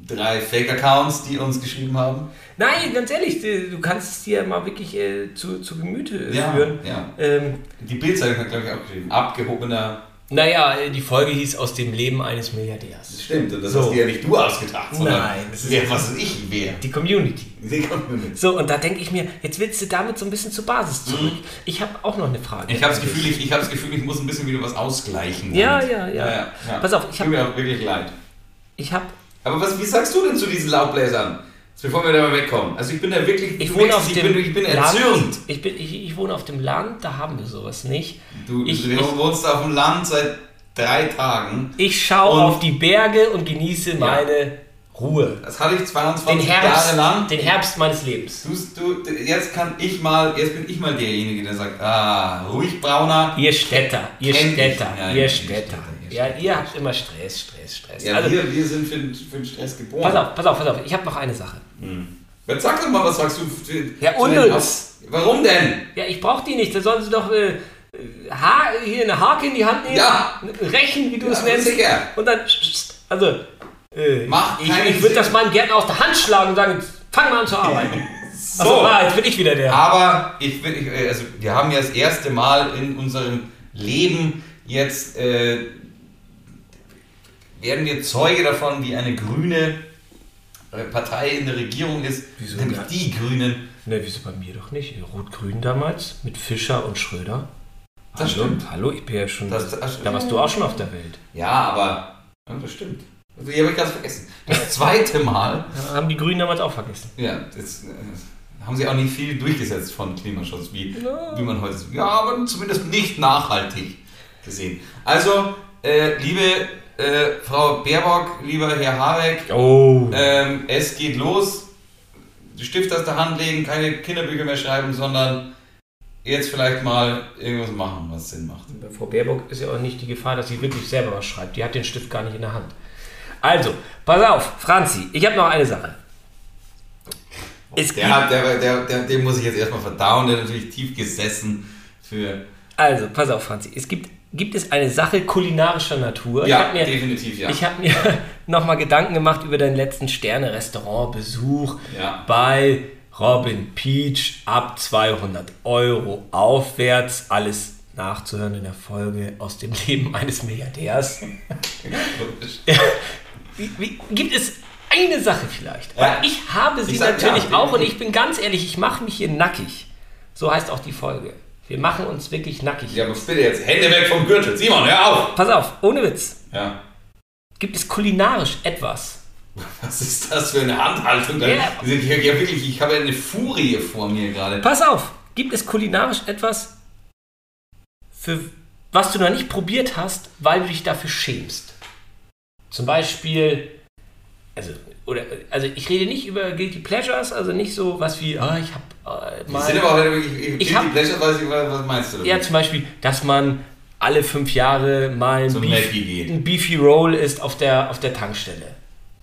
S2: drei Fake-Accounts, die uns geschrieben haben.
S3: Nein, ganz ehrlich, äh, du du kannst es dir mal wirklich äh, zu, zu Gemüte äh,
S2: Ja,
S3: führen.
S2: ja.
S3: Ähm,
S2: Die Bildzeitung hat, glaube ich, auch geschrieben. Abgehobener
S3: Naja, äh, die Folge hieß Aus dem Leben eines Milliardärs.
S2: Das stimmt, und das
S3: So.
S2: hast dir ja nicht du ausgedacht, sondern
S3: Nein, das ist-
S2: wer, was ich wäre.
S3: Die Community.
S2: Die Community.
S3: So, und da denke ich mir, jetzt willst du damit so ein bisschen zur Basis zurück. Ich habe auch noch eine Frage.
S2: Mhm. Ich habe das Gefühl, ich, ich, hab das Gefühl, ich muss ein bisschen wieder was ausgleichen.
S3: Ja,
S2: damit.
S3: ja, ja. Pass auf, ich hab-
S2: Tut mir auch wirklich leid.
S3: Ich habe
S2: Aber was, wie sagst du denn zu diesen Laubbläsern? Jetzt Bevor wir da mal wegkommen. Also ich bin da wirklich,
S3: Ich
S2: du
S3: wohne
S2: merkst,
S3: auf
S2: ich
S3: dem
S2: bin, ich bin
S3: Land.
S2: erzürnt.
S3: Ich, bin, ich, ich wohne auf dem Land, da haben wir sowas nicht.
S2: Du,
S3: ich,
S2: du
S3: ich,
S2: wohnst auf dem Land seit drei Tagen.
S3: ich schaue
S2: Und-
S3: auf die Berge und genieße meine Ruhe.
S2: Das hatte ich 22
S3: Den Herbst,
S2: Jahre lang.
S3: den Herbst meines Lebens.
S2: Du, du, jetzt kann ich mal, jetzt bin ich mal derjenige, der sagt, ah, ruhig brauner.
S3: Ihr Städter, ihr
S2: Kenn ich.
S3: Städter,
S2: Ja,
S3: ihr
S2: ich-
S3: Städter.
S2: ich-
S3: Ja, ihr habt immer Stress, Stress, Stress.
S2: Ja,
S3: also,
S2: wir, wir sind für den, für den Stress geboren.
S3: pass auf, pass auf, pass auf. Ich habe noch eine Sache.
S2: Jetzt sag doch mal, was sagst du? Für,
S3: Ja,
S2: zu den
S3: unnütz.
S2: Aus- Warum denn?
S3: Ja, ich brauche die nicht. Da sollen sie doch äh, ha hier eine Hake in die Hand nehmen.
S2: Ja.
S3: Rechen, wie du es
S2: Ja,
S3: nennst.
S2: sicher.
S3: Und dann, also, äh,
S2: Mach
S3: ich,
S2: keinen
S3: ich würde das meinem Gärtner aus der Hand schlagen und sagen, fang mal an zu arbeiten.
S2: So.
S3: Also, ah, jetzt bin ich wieder der.
S2: Aber ich will, ich, also wir haben ja das erste Mal in unserem Leben jetzt äh, werden wir Zeuge davon, wie eine grüne äh, Partei in der Regierung ist,
S3: Wieso
S2: nämlich
S3: denn?
S2: die Grünen.
S3: Ne, wieso bei mir doch nicht? Rot-Grün damals mit Fischer und Schröder.
S2: Das
S3: hallo,
S2: stimmt.
S3: hallo, ich bin ja schon.
S2: Das- das-
S3: da warst du auch schon auf der Welt.
S2: Ja, aber ja, das stimmt. Also hier habe ich ganz vergessen. Das zweite Mal,
S3: Da haben die Grünen damals auch vergessen.
S2: ja, das, äh, haben sie auch nicht viel durchgesetzt von Klimaschutz, wie, wie man heute. Ja, aber zumindest nicht nachhaltig gesehen. Also, äh, liebe äh, Frau Baerbock, lieber Herr Habeck,
S3: Oh.
S2: ähm, es geht los. Stift aus der Hand legen, keine Kinderbücher mehr schreiben, sondern jetzt vielleicht mal irgendwas machen, was Sinn macht.
S3: Bei Frau Baerbock ist ja auch nicht die Gefahr, dass sie wirklich selber was schreibt. Die hat den Stift gar nicht in der Hand. Also, pass auf, Franzi, ich habe noch eine Sache. Es
S2: Der, hat, der, der, der, den muss ich jetzt erstmal verdauen, der hat natürlich tief gesessen für.
S3: Also, pass auf, Franzi. Es gibt, gibt es eine Sache kulinarischer Natur? ich
S2: Ja,
S3: hab mir,
S2: definitiv, ja.
S3: Ich habe mir nochmal Gedanken gemacht über deinen letzten Sterne-Restaurant-Besuch
S2: Ja.
S3: bei Robin Peach ab 200 Euro aufwärts. Alles nachzuhören in der Folge aus dem Leben eines Milliardärs. Wie, wie, gibt es eine Sache vielleicht?
S2: Ja.
S3: Weil Ich habe sie
S2: Ich sag
S3: natürlich
S2: ja.
S3: auch und ich bin ganz ehrlich, ich mache mich hier nackig. So heißt auch die Folge. Wir machen uns wirklich nackig.
S2: Ja, aber bitte jetzt Hände weg vom Gürtel. Simon, hör auf!
S3: Pass auf, ohne Witz.
S2: Ja.
S3: Gibt es kulinarisch etwas?
S2: Was ist das für eine Handhaltung?
S3: Ja.
S2: Ja. Ich, ich, ja, wirklich, ich habe eine Furie vor mir gerade.
S3: Pass auf, gibt es kulinarisch etwas, für was du noch nicht probiert hast, weil du dich dafür schämst? Zum Beispiel, also, oder, also ich rede nicht über Guilty Pleasures, also nicht so was wie, ah, ich habe äh,
S2: Die
S3: mal-
S2: sind aber auch wirklich. Ich,
S3: Ich
S2: ich
S3: hab-
S2: die Pleasure, weiß ich, was meinst du? damit?
S3: Ja, zum Beispiel, dass man alle fünf Jahre mal ein,
S2: Zum
S3: Beef,
S2: Mackie geht.
S3: ein Beefy Roll isst auf der, auf der Tankstelle.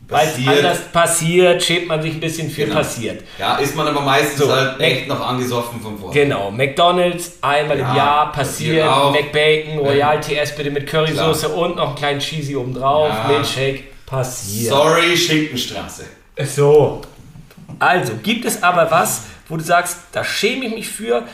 S3: Weil es
S2: Passiert.
S3: anders passiert, schämt man sich ein bisschen für
S2: Genau.
S3: passiert.
S2: Ja, ist man aber meistens
S3: So.
S2: halt echt noch angesoffen vom Vortag.
S3: Genau, McDonalds einmal
S2: Ja,
S3: im Jahr
S2: passiert
S3: passiert,
S2: auch. Ähm,
S3: McBacon, Royal TS bitte mit Currysoße und noch einen kleinen Cheesy obendrauf,
S2: Ja.
S3: Milkshake, passiert.
S2: Sorry, Schinkenstraße.
S3: So. Also, gibt es aber was, wo du sagst, da schäme ich mich für.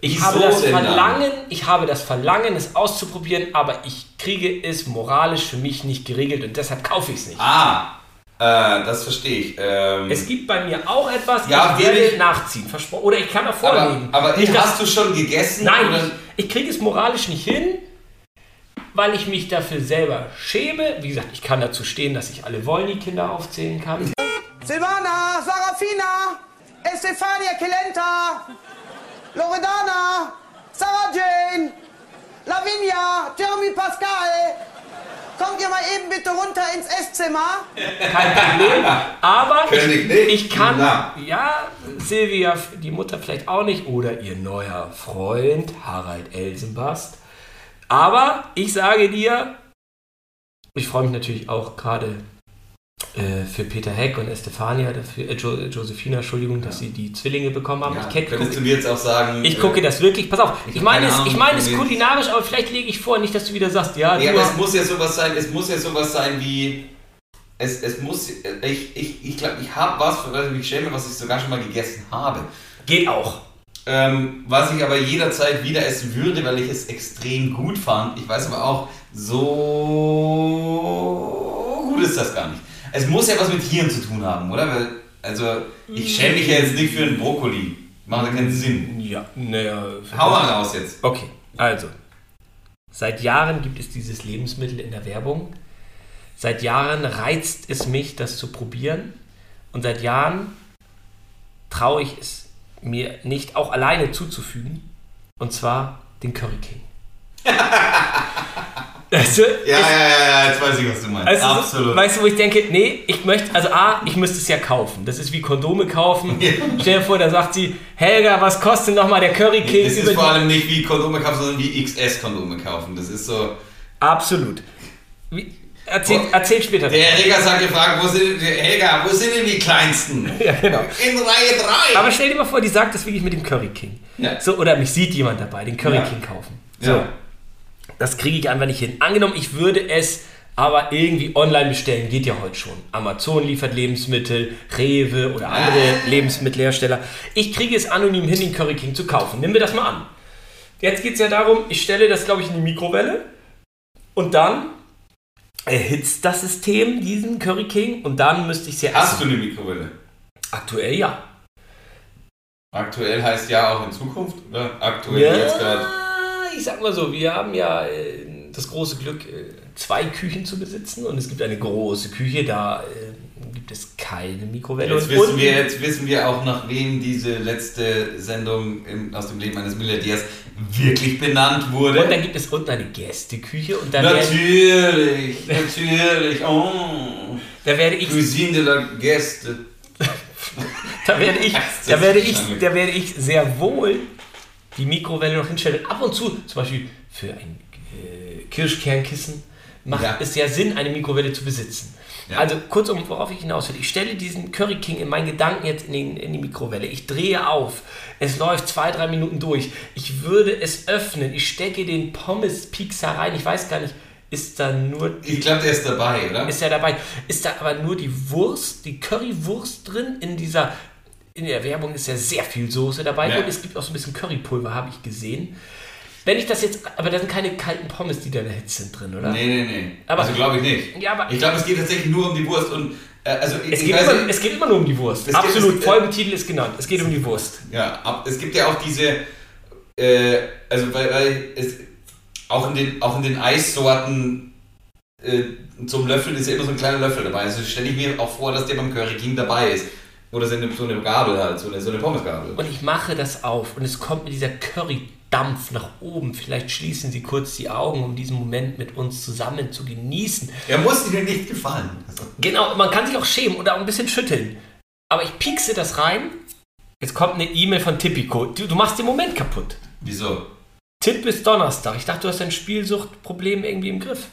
S3: Ich
S2: Wieso
S3: habe das
S2: denn dann?
S3: Verlangen, ich habe das Verlangen, es auszuprobieren, aber ich kriege es moralisch für mich nicht geregelt und deshalb kaufe ich es nicht.
S2: Ah, äh, das verstehe ich. Ähm,
S3: Es gibt bei mir auch etwas,
S2: Ja,
S3: ich werde
S2: wirklich?
S3: nachziehen, versprochen. Oder ich kann auch
S2: aber
S3: vorlegen.
S2: aber
S3: nicht, dass-
S2: hast du schon gegessen? oder?
S3: Nein, ich, ich kriege es moralisch nicht hin, weil ich mich dafür selber schäme. Wie gesagt, ich kann dazu stehen, dass ich alle wollen, die Kinder aufzählen kann.
S5: Silvana, Sarafina, Estefania Kelenta, Loredana, Sarah Jane, Lavinia, Jeremy Pascal. Kommt ihr mal eben bitte runter ins Esszimmer?
S3: Kein Problem. Aber
S2: Könnte ich nicht.
S3: ich kann,
S2: Na.
S3: ja, Silvia, die Mutter vielleicht auch nicht oder ihr neuer Freund Harald Elsenbast. Aber ich sage dir, ich freue mich natürlich auch gerade äh, für Peter Heck und Estefania, dafür, äh, jo Josefina, Entschuldigung, dass sie die Zwillinge bekommen haben.
S2: Ja,
S3: ich kenn,
S2: könntest du mir jetzt auch sagen. äh,
S3: Ich gucke das wirklich, pass auf, ich,
S2: hab
S3: meine
S2: keine
S3: es, ich
S2: Ahnung,
S3: meine es
S2: nee.
S3: kulinarisch, aber vielleicht lege ich vor, nicht, dass du wieder sagst, ja,
S2: Ja,
S3: du
S2: aber es
S3: hast-
S2: muss ja sowas sein, es muss ja sowas sein wie. Es, es muss. Ich, ich, ich glaube, ich habe was, für was ich mich schäme, was ich sogar schon mal gegessen habe.
S3: geht auch.
S2: Ähm, was ich aber jederzeit wieder essen würde, weil ich es extrem gut fand. Ich weiß aber auch, so gut ist das gar nicht. Es muss ja was mit Hirn zu tun haben, oder? Weil, also,
S3: Mhm.
S2: ich schäme mich ja jetzt nicht für einen Brokkoli. Macht ja keinen Sinn.
S3: Ja, naja.
S2: Hau mal raus jetzt.
S3: Okay, also. Seit Jahren gibt es dieses Lebensmittel in der Werbung. Seit Jahren reizt es mich, das zu probieren. Und seit Jahren traue ich es mir nicht auch alleine zuzufügen. Und zwar den Curry King. also,
S2: Ja, ja, ja, ja, jetzt weiß ich, was du meinst.
S3: also,
S2: Absolut.
S3: Weißt du, wo ich denke, nee, ich möchte, also A, ich müsste es ja kaufen. Das ist wie Kondome kaufen. Stell dir vor, da sagt sie, Helga, was kostet nochmal der Curry King?
S2: das ist
S3: über die-
S2: vor allem nicht wie Kondome kaufen, sondern wie XS-Kondome kaufen. Das ist so.
S3: Absolut. Wie, erzähl, erzähl später.
S2: Der Erreger sagt gefragt, wo sind, der Helga, wo sind denn die Kleinsten?
S3: Ja, genau.
S2: In Reihe 3.
S3: Aber stell dir mal vor, die sagt das wirklich mit dem Curry King.
S2: Ja.
S3: So, oder mich sieht jemand dabei, den Curry
S2: Ja.
S3: King kaufen. So,
S2: ja.
S3: das kriege ich einfach nicht hin. Angenommen, ich würde es aber irgendwie online bestellen, geht ja heute schon. Amazon liefert Lebensmittel, Rewe oder andere Lebensmittelhersteller. Ich kriege es anonym hin, den Curry King zu kaufen. Nimm mir das mal an. Jetzt geht es ja darum, ich stelle das, glaube ich, in die Mikrowelle und dann erhitzt das System diesen Curry King und dann müsste ich es ja
S2: Hast
S3: essen.
S2: du eine Mikrowelle?
S3: Aktuell ja.
S2: Aktuell heißt ja auch in Zukunft, oder? Aktuell
S3: Ja,
S2: jetzt gerade.
S3: ich sag mal so, wir haben ja äh, das große Glück, äh, zwei Küchen zu besitzen und es gibt eine große Küche, da äh, gibt es keine Mikrowelle.
S2: Jetzt
S3: Und
S2: wissen,
S3: unten-
S2: wir, jetzt wissen wir auch, nach wem diese letzte Sendung im, aus dem Leben eines Milliardärs wirklich benannt wurde.
S3: Und dann gibt es unten eine Gästeküche und da werde,
S2: natürlich, natürlich. Oh,
S3: da werde ich,
S2: Cuisine de la Gäste.
S3: da werde ich,
S2: Das
S3: da werde
S2: ist
S3: ich,
S2: schlank.
S3: da werde ich sehr wohl die Mikrowelle noch hinstellen. Ab und zu, zum Beispiel für ein äh, Kirschkernkissen, macht
S2: Ja.
S3: es ja Sinn, eine Mikrowelle zu besitzen.
S2: Ja.
S3: Also kurzum, worauf ich hinaus will. Ich stelle diesen Curry King in meinen Gedanken jetzt in, den, in die Mikrowelle. Ich drehe auf. Es läuft zwei, drei Minuten durch. Ich würde es öffnen. Ich stecke den Pommes-Pixar rein. Ich weiß gar nicht, ist da nur
S2: Ich glaube, der ist dabei, oder?
S3: ist ja dabei. Ist da aber nur die Wurst, die Currywurst drin in dieser. In der Werbung ist ja sehr viel Soße dabei
S2: Ja.
S3: und es gibt auch so ein bisschen Currypulver, habe ich gesehen. Wenn ich das jetzt. Aber da sind keine kalten Pommes, die da in der Hitze sind drin, oder?
S2: nee, nee, nee.
S3: Aber-
S2: also glaube ich nicht.
S3: Ja, aber-
S2: ich glaube, es geht tatsächlich nur um die Wurst und äh, also ich,
S3: Es
S2: ich
S3: geht,
S2: weiß
S3: immer,
S2: nicht-
S3: es geht immer nur um die Wurst.
S2: Es geht-
S3: Absolut.
S2: es-
S3: Folgentitel ist genannt. Es geht um die Wurst.
S2: Ja, ab, es gibt ja auch diese, äh, also weil, weil es auch in den, auch in den Eissorten äh, zum Löffeln ist ja immer so ein kleiner Löffel dabei. Also stelle ich mir auch vor, dass der beim Curry King dabei ist. Oder so eine, so eine Gabel halt, so eine, so eine Pommesgabel.
S3: Und ich mache das auf und es kommt mit dieser Currydampf nach oben. Vielleicht schließen Sie kurz die Augen, um diesen Moment mit uns zusammen zu genießen.
S2: Er muss dir nicht gefallen. Also,
S3: Genau, man kann sich auch schämen oder auch ein bisschen schütteln. Aber ich piekse das rein. Jetzt kommt eine E-Mail von Tipico. Du, du machst den Moment kaputt.
S2: wieso?
S3: Tipp bis Donnerstag. Ich dachte, du hast dein Spielsuchtproblem irgendwie im Griff.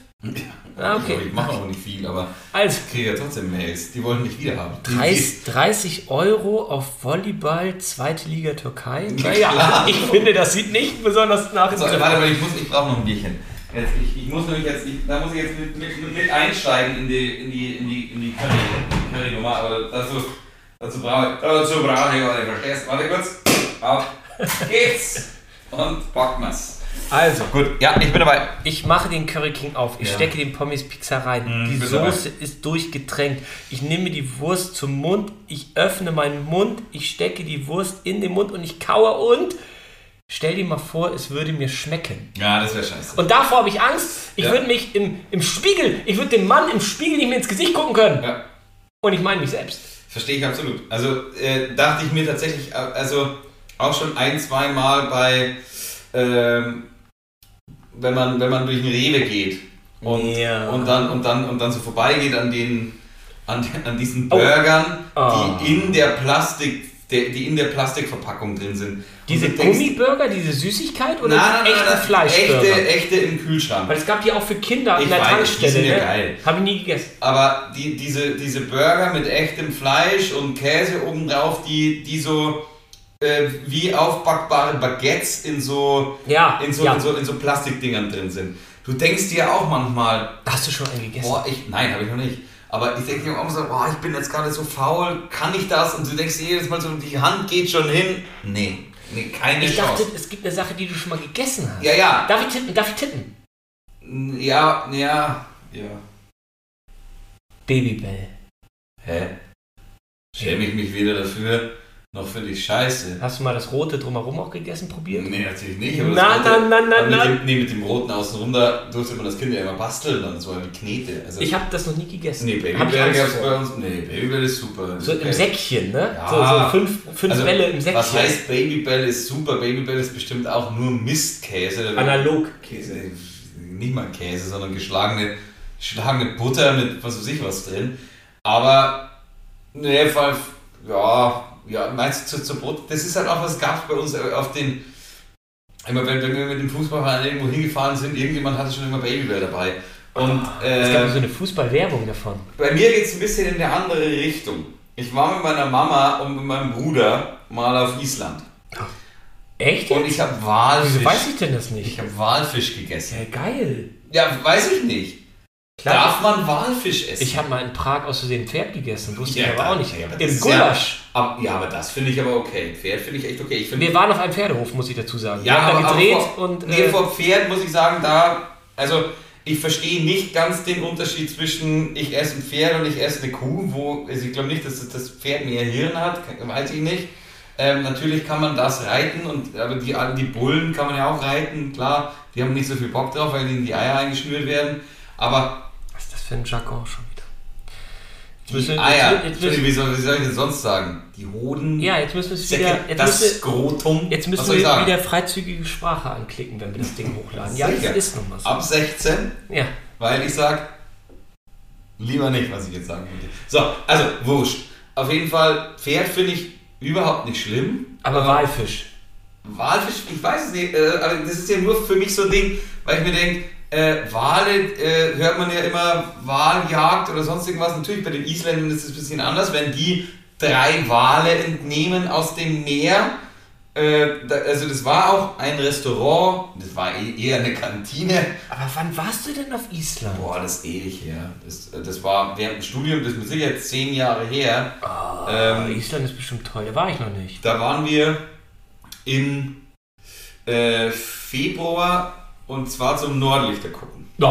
S3: Ah, okay.
S2: Ich mache auch nicht viel, aber
S3: Also,
S2: ich kriege ja trotzdem Mails. Die wollen mich wieder haben.
S3: 30, 30 Euro auf Volleyball, zweite Liga Türkei. Naja,
S2: klar.
S3: ich finde, das sieht nicht besonders nach
S2: So, warte, warte, ich muss, ich brauche noch ein Bierchen. Jetzt, ich, ich muss nämlich jetzt, ich, da muss ich jetzt mit, mit, mit einsteigen in die, in die, in die, in die Curry, Curry Nummer, aber dazu, dazu brauche ich, dazu brauche ich, warte, verstehst du? Warte kurz, auf geht's und packen wir's.
S3: Also,
S2: Gut, ja, ich bin dabei.
S3: Ich mache den Curry King auf. Ich
S2: Ja. Mhm,
S3: stecke den Pommes Pizza rein. die
S2: bin dabei.
S3: Soße ist durchgetränkt. Ich nehme die Wurst zum Mund. Ich öffne meinen Mund. Ich stecke die Wurst in den Mund und ich kaue und stell dir mal vor, es würde mir schmecken.
S2: Ja, das wäre scheiße.
S3: Und davor habe ich Angst. Ich
S2: Ja.
S3: würde mich im, im Spiegel, ich würde dem Mann im Spiegel nicht mehr ins Gesicht gucken können.
S2: Ja.
S3: Und ich meine mich selbst.
S2: Verstehe ich absolut. Also äh, dachte ich mir tatsächlich, äh, also auch schon ein, zwei Mal bei, ähm, wenn man wenn man durch den Rewe geht und,
S3: Ja.
S2: und dann und dann und dann so vorbeigeht an den an, den- an diesen
S3: Oh.
S2: Burgern,
S3: Ah.
S2: die in der Plastik der, die in der Plastikverpackung drin sind.
S3: Diese Gummiburger, diese Süßigkeit oder
S2: na, na,
S3: diese
S2: na,
S3: echte
S2: na, echte,
S3: Fleischburger?
S2: echte im Kühlschrank.
S3: Weil es gab die auch für Kinder
S2: Ich
S3: in der
S2: weiß, die
S3: Tankstelle.
S2: sind ja
S3: ne?
S2: geil.
S3: Habe ich nie gegessen.
S2: Aber die, diese, diese Burger mit echtem Fleisch und Käse obendrauf, die, die so äh, wie aufbackbare Baguettes in so,
S3: Ja,
S2: in, so,
S3: ja.
S2: in, so, in so Plastikdingern drin sind. Du denkst dir auch manchmal,
S3: Hast du schon einen gegessen?
S2: boah, ich, nein, habe ich noch nicht. Aber ich denke mir auch immer so, boah, ich bin jetzt gerade so faul, kann ich das? Und du denkst dir jedes Mal so, die Hand geht schon hin. Nee. Nee, keine
S3: Ich dachte,
S2: Chance.
S3: es gibt eine Sache, die du schon mal gegessen hast.
S2: Ja, ja.
S3: Darf ich tippen? Darf ich tippen?
S2: Ja, ja. Ja.
S3: Babybell.
S2: Hä? Schäme ich mich weder dafür, noch für die Scheiße.
S3: Hast du mal das Rote drumherum auch gegessen probiert?
S2: Nee, natürlich nicht. aber das
S3: Na,
S2: Rote-
S3: na, na, na,
S2: aber mit
S3: na.
S2: Dem, nee, mit dem roten außenrum, da durfte man das Kind ja immer basteln und so, wie Knete. Also,
S3: Ich habe das noch nie gegessen.
S2: nee,
S3: Hab ich
S2: Babybär
S3: Angst
S2: gab's
S3: vor.
S2: bei uns. Nee, Babybär ist super.
S3: So im
S2: Okay.
S3: Säckchen, ne?
S2: Ja.
S3: So, so fünf, fünf
S2: Also,
S3: Bälle im Säckchen.
S2: Was heißt Babybell ist super? Babybell ist bestimmt auch nur Mistkäse. oder-
S3: Analog.
S2: äh, Käse, nicht mal Käse, sondern geschlagene, geschlagene Butter mit was weiß ich was drin. Aber, ne, Fall, ja, ja, meinst du zu, zu Brot? Das ist halt auch was gab's bei uns auf den. Immer wenn, wenn wir mit dem Fußballverein irgendwo hingefahren sind, irgendjemand hatte schon immer Babybell dabei. Und,
S3: Es
S2: äh,
S3: gab so eine Fußballwerbung davon.
S2: bei mir geht es ein bisschen in eine andere Richtung. Ich war mit meiner Mama und mit meinem Bruder mal auf Island.
S3: Echt?
S2: Und
S3: jetzt?
S2: ich habe
S3: Wieso
S2: Walfisch.
S3: weiß ich denn das
S2: ich
S3: nicht?
S2: habe Walfisch gegessen.
S3: Ja, geil.
S2: Ja, weiß ich nicht.
S3: Klar.
S2: Darf man Walfisch essen?
S3: Ich habe mal in Prag aus Versehen Pferd gegessen, wusste
S2: Ja,
S3: ich aber
S2: da-
S3: auch nicht.
S2: ja, aber das
S3: Im
S2: ist ja-
S3: Gulasch.
S2: Ab- ja, aber das finde ich aber okay. Pferd finde ich echt okay. Ich finde,
S3: Wir waren auf einem Pferdehof, muss ich dazu sagen. Wir haben da
S2: aber-
S3: gedreht
S2: aber vor,
S3: und.
S2: nee,
S3: äh,
S2: vor Pferd muss ich sagen, da, also ich verstehe nicht ganz den Unterschied zwischen ich esse ein Pferd und ich esse eine Kuh, wo, also ich glaube nicht, dass das- das Pferd mehr Hirn hat, ke- weiß ich nicht. Ähm, natürlich kann man das reiten, und, aber die, die Bullen kann man ja auch reiten, klar, die haben nicht so viel Bock drauf, weil ihnen die Eier eingeschnürt werden, aber
S3: was ist das für ein Jargon schon wieder? Jetzt
S2: die
S3: müssen, wir-
S2: Eier,
S3: jetzt,
S2: Ah Entschuldigung,
S3: müssen,
S2: wie soll, wie soll ich das sonst sagen? Die Hoden,
S3: ja, jetzt müssen wir es
S2: Säcke,
S3: wieder. Jetzt
S2: das
S3: müssen,
S2: Skrotum,
S3: jetzt
S2: was
S3: müssen
S2: soll ich
S3: wir
S2: sagen?
S3: wieder freizügige Sprache anklicken, wenn wir das Ding hochladen. Ja,
S2: Sicher.
S3: das ist nun mal so.
S2: Ab 16
S3: Ja.
S2: weil ich sag, lieber nicht, was ich jetzt sagen wollte. So, also wurscht. Auf jeden Fall, Pferd finde ich überhaupt nicht schlimm.
S3: Aber Walfisch.
S2: Walfisch, ich weiß es nicht, äh, aber das ist ja nur für mich so ein Ding, weil ich mir denke, äh, Wale äh, hört man ja immer, Waljagd oder sonst irgendwas. Natürlich bei den Isländern ist es ein bisschen anders, wenn die drei Wale entnehmen aus dem Meer. Äh, da, also das war auch ein Restaurant, das war eh- eher eine Kantine,
S3: Aber wann warst du denn auf Island?
S2: Boah, das ist ewig her. Das, äh, das war während dem Studium, das ist mit Sicherheit zehn Jahre her.
S3: Aber
S2: ähm,
S3: Island ist bestimmt toll, da war ich noch nicht.
S2: da waren wir im äh, Februar und zwar zum Nordlichter gucken.
S3: Oh,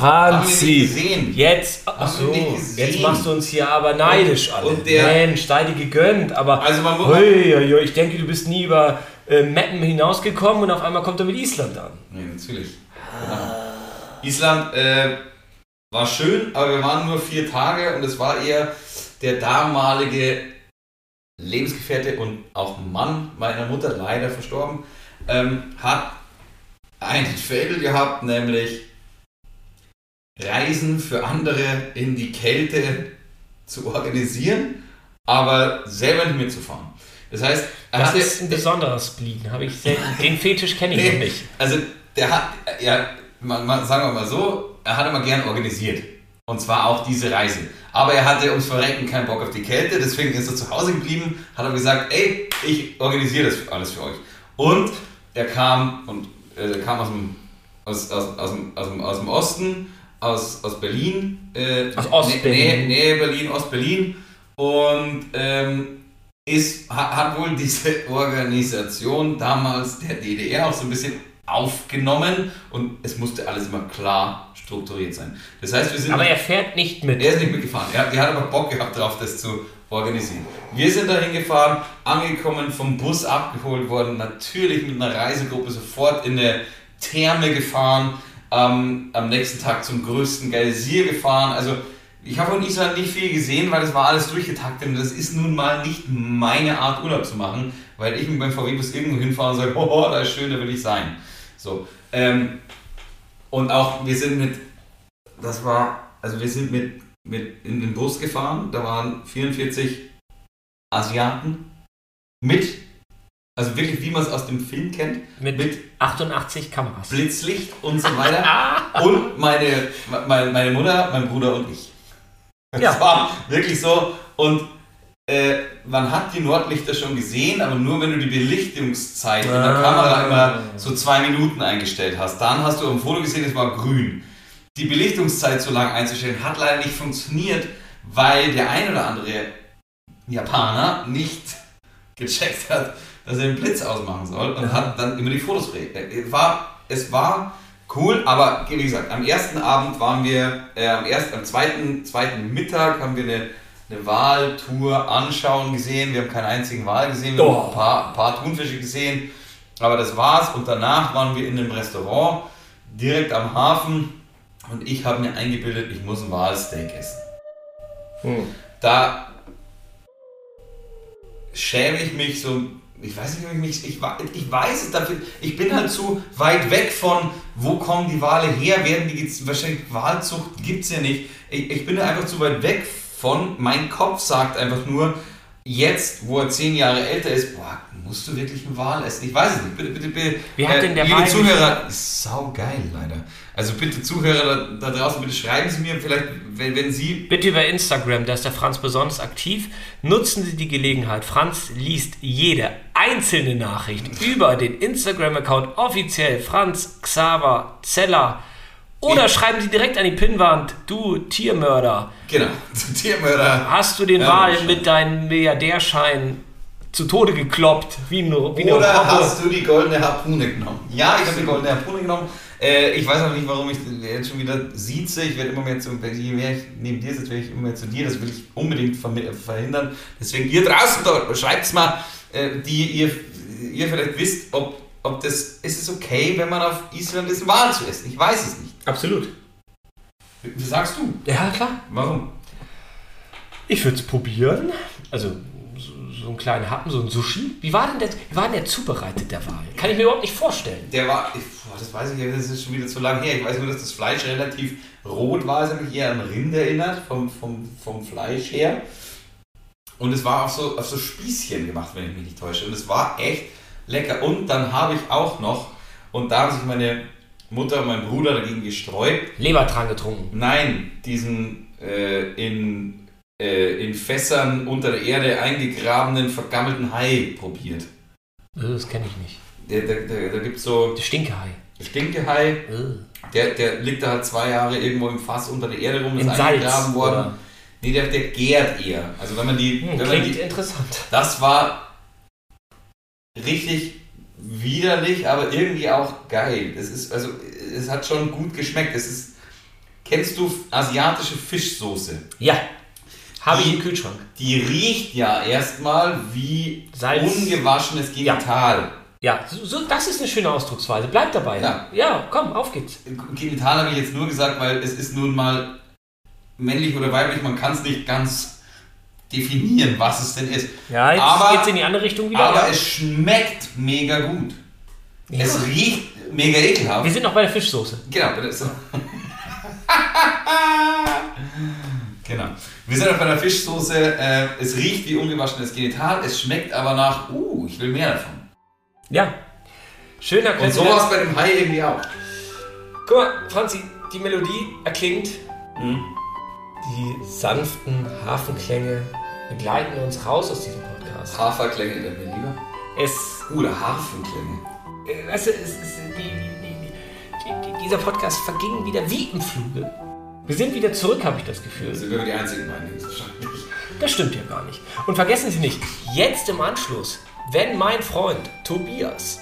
S2: Haben wir nicht gesehen.
S3: Jetzt, ach
S2: Haben wir
S3: so,
S2: nicht gesehen.
S3: jetzt machst du uns hier aber neidisch
S2: Und-
S3: alle.
S2: und der-
S3: Mensch, sei dir gegönnt, aber
S2: Also man muss-
S3: Hui, hui, hui, ich denke, du bist nie über äh, Mappen hinausgekommen und auf einmal kommt er mit Island an.
S2: Nee, natürlich. Genau. Island äh, war schön, aber wir waren nur vier Tage und es war eher der damalige Lebensgefährte und auch Mann meiner Mutter, leider verstorben, ähm, hat einen Fädel gehabt, nämlich Reisen für andere in die Kälte zu organisieren, aber selber nicht mitzufahren. Das heißt, er
S3: Das
S2: hatte-
S3: ist ein besonderes Spleen, habe ich selten. Den Fetisch kenne ich noch
S2: Nee,
S3: nicht.
S2: Also der hat, ja, man, man, sagen wir mal so, er hat immer gern organisiert. Und zwar auch diese Reise. Aber er hatte ums Verrecken keinen Bock auf die Kälte, deswegen ist er zu Hause geblieben, hat aber gesagt, ey, ich organisiere das alles für euch. Und er kam und äh, er kam aus dem, aus, aus, aus, dem, aus, dem, aus dem Osten, aus, aus Berlin, äh,
S3: Aus Ost-Berlin.
S2: Nähe, Nähe Berlin, Ost-Berlin und ähm, ist, ha- hat wohl diese Organisation damals der DDR auch so ein bisschen aufgenommen und es musste alles immer klar strukturiert sein. Das heißt, wir sind
S3: Aber er fährt nicht mit.
S2: er ist nicht mitgefahren. Er, er hat aber Bock gehabt drauf, das zu organisieren. Wir sind dahin gefahren, angekommen, vom Bus abgeholt worden, natürlich mit einer Reisegruppe sofort in eine Therme gefahren, ähm, am nächsten Tag zum größten Geysir gefahren. Also ich habe von Island nicht viel gesehen, weil das war alles durchgetaktet und das ist nun mal nicht meine Art Urlaub zu machen, weil ich mit meinem VW-Bus irgendwo hinfahren und sage, oh, da ist schön, da will ich sein. So, ähm, und auch wir sind mit das war, also wir sind mit, mit in den Bus gefahren, da waren 44 Asiaten mit, also wirklich wie man es aus dem Film kennt,
S3: Mit,
S2: mit
S3: 88 Kameras.
S2: Blitzlicht und so weiter. und meine, meine, meine Mutter, mein Bruder und ich. Das
S3: Ja.
S2: war wirklich so. Und äh, man hat die Nordlichter schon gesehen, aber nur wenn du die Belichtungszeit in der
S3: Ah.
S2: Kamera immer so zwei Minuten eingestellt hast. Dann hast du im Foto gesehen, es war grün. Die Belichtungszeit so lang einzustellen hat leider nicht funktioniert, weil der ein oder andere Japaner nicht gecheckt hat, dass er den Blitz ausmachen soll und hat dann immer die Fotos re- äh, war Es war cool, aber wie gesagt, am ersten Abend waren wir, äh, am, ersten, am zweiten, zweiten Mittag haben wir eine, eine Wahltour anschauen gesehen. Wir haben keinen einzigen Wal gesehen, wir haben
S3: Doch.
S2: ein paar, ein paar Thunfische gesehen, aber das war's. Und danach waren wir in einem Restaurant direkt am Hafen und ich habe mir eingebildet, ich muss ein Walsteak essen.
S3: Hm.
S2: Da schäme ich mich so. Ich weiß nicht, ob ich mich. Ich, wa- ich weiß es dafür. Ich bin halt zu weit weg von, wo kommen die Wale her? Werden die jetzt. Wahrscheinlich Walzucht gibt es ja nicht. Ich, ich bin da einfach zu weit weg von. Mein Kopf sagt einfach nur, jetzt, wo er zehn Jahre älter ist, boah, musst du wirklich einen Wal essen? Ich weiß es nicht. Bitte, bitte, bitte. äh,
S3: Wie hat denn der
S2: liebe
S3: Wal
S2: Zuhörer, ist saugeil leider. Also bitte Zuhörer da, da draußen, bitte schreiben Sie mir vielleicht, wenn, wenn Sie
S3: Bitte über Instagram, da ist der Franz besonders aktiv. Nutzen Sie die Gelegenheit. Franz liest jede einzelne Nachricht über den Instagram-Account offiziell Franz Xaver Zeller. Oder schreiben Sie direkt an die Pinnwand, du Tiermörder.
S2: Genau, zum äh, Tiermörder.
S3: Hast du den
S2: Ja,
S3: Wal
S2: schon.
S3: mit deinem Milliardärschein zu Tode gekloppt? Wie eine, wie eine
S2: Oder
S3: Robbe?
S2: hast du die goldene Harpune genommen? Ja, ich habe die goldene Harpune genommen. Äh, ich weiß auch nicht, warum ich jetzt schon wieder sieze. Ich werde immer mehr zu, je mehr ich neben dir sitze, werde ich immer mehr zu dir. Das will ich unbedingt vermi- äh, verhindern. Deswegen, ihr draußen, schreibt es mal, äh, die ihr, ihr vielleicht wisst, ob, ob das, ist es okay, wenn man auf Island ist, einen Wal zu essen? Ich weiß es nicht.
S3: Absolut.
S2: Wie sagst du?
S3: Ja, klar.
S2: Warum?
S3: Ich würde es probieren. Also so, so einen kleinen Happen, so ein Sushi. Wie war denn der, wie war denn der zubereitet, der Wal? Kann ich mir überhaupt nicht vorstellen.
S2: Der war, ich, boah, das weiß ich nicht, das ist schon wieder zu lang her. Ich weiß nur, dass das Fleisch relativ rot war. Es hat mich eher an Rind erinnert, vom, vom, vom Fleisch her. Und es war auf so, auf so Spießchen gemacht, wenn ich mich nicht täusche. Und es war echt lecker. Und dann habe ich auch noch, und da haben sich meine Mutter und mein Bruder dagegen gesträubt,
S3: Lebertran getrunken.
S2: Nein, diesen äh, in, äh, in Fässern unter der Erde eingegrabenen, vergammelten Hai probiert.
S3: Äh, Das kenne ich nicht.
S2: Da, da, da, da gibt es so
S3: Der Stinkehai.
S2: Stinkehai,
S3: Äh.
S2: der, der liegt da halt zwei Jahre irgendwo im Fass unter der Erde rum, ist
S3: In Salz.
S2: eingegraben worden.
S3: oder?
S2: Nee, der, der gärt eher. Also wenn man die.
S3: Hm,
S2: wenn man
S3: klingt
S2: die
S3: interessant.
S2: das war richtig widerlich, aber irgendwie auch geil. Es ist, also, es hat schon gut geschmeckt. Es ist. Kennst du asiatische Fischsoße?
S3: Ja. Habe ich
S2: Die-
S3: im Kühlschrank.
S2: Die riecht ja erstmal wie
S3: Salz.
S2: ungewaschenes Genital.
S3: Ja, so, so, das ist eine schöne Ausdrucksweise. Bleib dabei.
S2: Ja.
S3: ja, komm, auf geht's.
S2: Genital habe ich jetzt nur gesagt, weil es ist nun mal männlich oder weiblich, man kann es nicht ganz definieren, was es denn ist.
S3: Ja, jetzt
S2: Aber-
S3: geht's in die andere Richtung wieder.
S2: Aber
S3: ja.
S2: es schmeckt mega gut.
S3: Ja.
S2: Es riecht mega ekelhaft.
S3: Wir sind noch bei der Fischsoße.
S2: Genau, bitte. So. genau. Wir sind auf einer Fischsoße. Äh, es riecht wie ungewaschenes Genital, es schmeckt aber nach, uh, ich will mehr davon.
S3: Ja. Schöner
S2: Und so
S3: Kontinent.
S2: war es bei dem Hai irgendwie auch.
S3: Guck mal, Franzi, die Melodie erklingt.
S2: Hm?
S3: Die sanften Hafenklänge begleiten uns raus aus diesem Podcast.
S2: Haferklänge in der Lieber.
S3: Es,
S2: Uh, der Harfenklänge.
S3: äh, weißt du, es, es die, die, die, die, die, dieser Podcast verging wieder wie im Fluge. Wir sind wieder zurück, habe ich das
S2: Da
S3: Gefühl.
S2: sind wir die einzigen beiden, die das wahrscheinlich.
S3: Das stimmt ja gar nicht. Und vergessen Sie nicht, jetzt im Anschluss, wenn mein Freund Tobias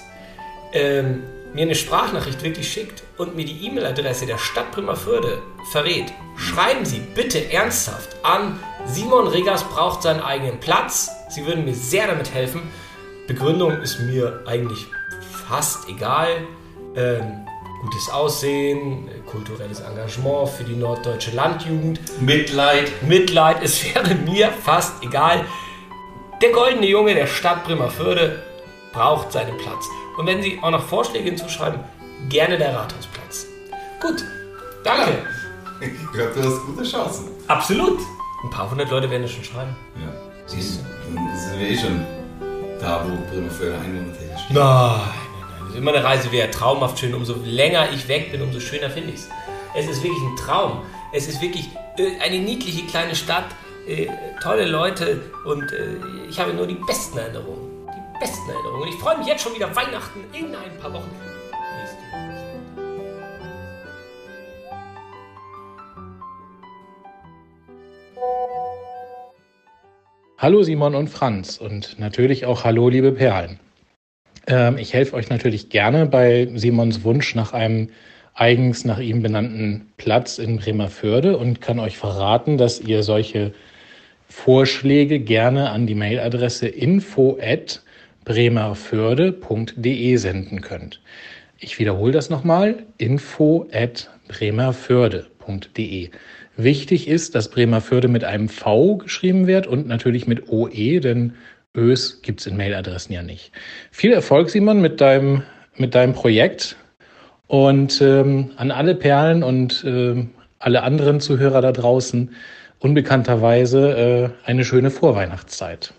S3: ähm, mir eine Sprachnachricht wirklich schickt und mir die E-Mail-Adresse der Stadt Bremerförde verrät, schreiben Sie bitte ernsthaft an Simon Regas braucht seinen eigenen Platz. Sie würden mir sehr damit helfen. Begründung ist mir eigentlich fast egal. Ähm, gutes Aussehen, kulturelles Engagement für die norddeutsche Landjugend.
S2: Mitleid.
S3: Mitleid, es wäre mir fast egal. Der goldene Junge der Stadt Bremerförde braucht seinen Platz. Und wenn Sie auch noch Vorschläge hinzuschreiben, gerne der Rathausplatz. Gut, danke.
S2: Ich glaube, du hast gute Chancen.
S3: Absolut. Ein paar hundert Leute werden es schon schreiben.
S2: Ja. Siehst du, dann sind wir eh schon da, wo Bremerförde einwohnertechnisch steht.
S3: Nein, nein, nein. Das ist immer eine Reise wert. Traumhaft schön. Umso länger ich weg bin, umso schöner finde ich es. Es ist wirklich ein Traum. Es ist wirklich äh, eine niedliche kleine Stadt, äh, tolle Leute und äh, ich habe nur die besten Erinnerungen. Die besten Erinnerungen. Und ich freue mich jetzt schon wieder Weihnachten in ein paar Wochen.
S6: Hallo Simon und Franz und natürlich auch hallo liebe Perlen. Ähm, ich helfe euch natürlich gerne bei Simons Wunsch nach einem eigens nach ihm benannten Platz in Bremerförde und kann euch verraten, dass ihr solche Vorschläge gerne an die Mailadresse info at bremerförde.de senden könnt. Ich wiederhole das nochmal, info at bremerförde.de. Wichtig ist, dass Bremerförde mit einem V geschrieben wird und natürlich mit OE, denn Ös gibt es in Mailadressen ja nicht. Viel Erfolg, Simon, mit deinem, mit deinem Projekt. Und ähm, an alle Perlen und ähm, alle anderen Zuhörer da draußen unbekannterweise äh, eine schöne Vorweihnachtszeit.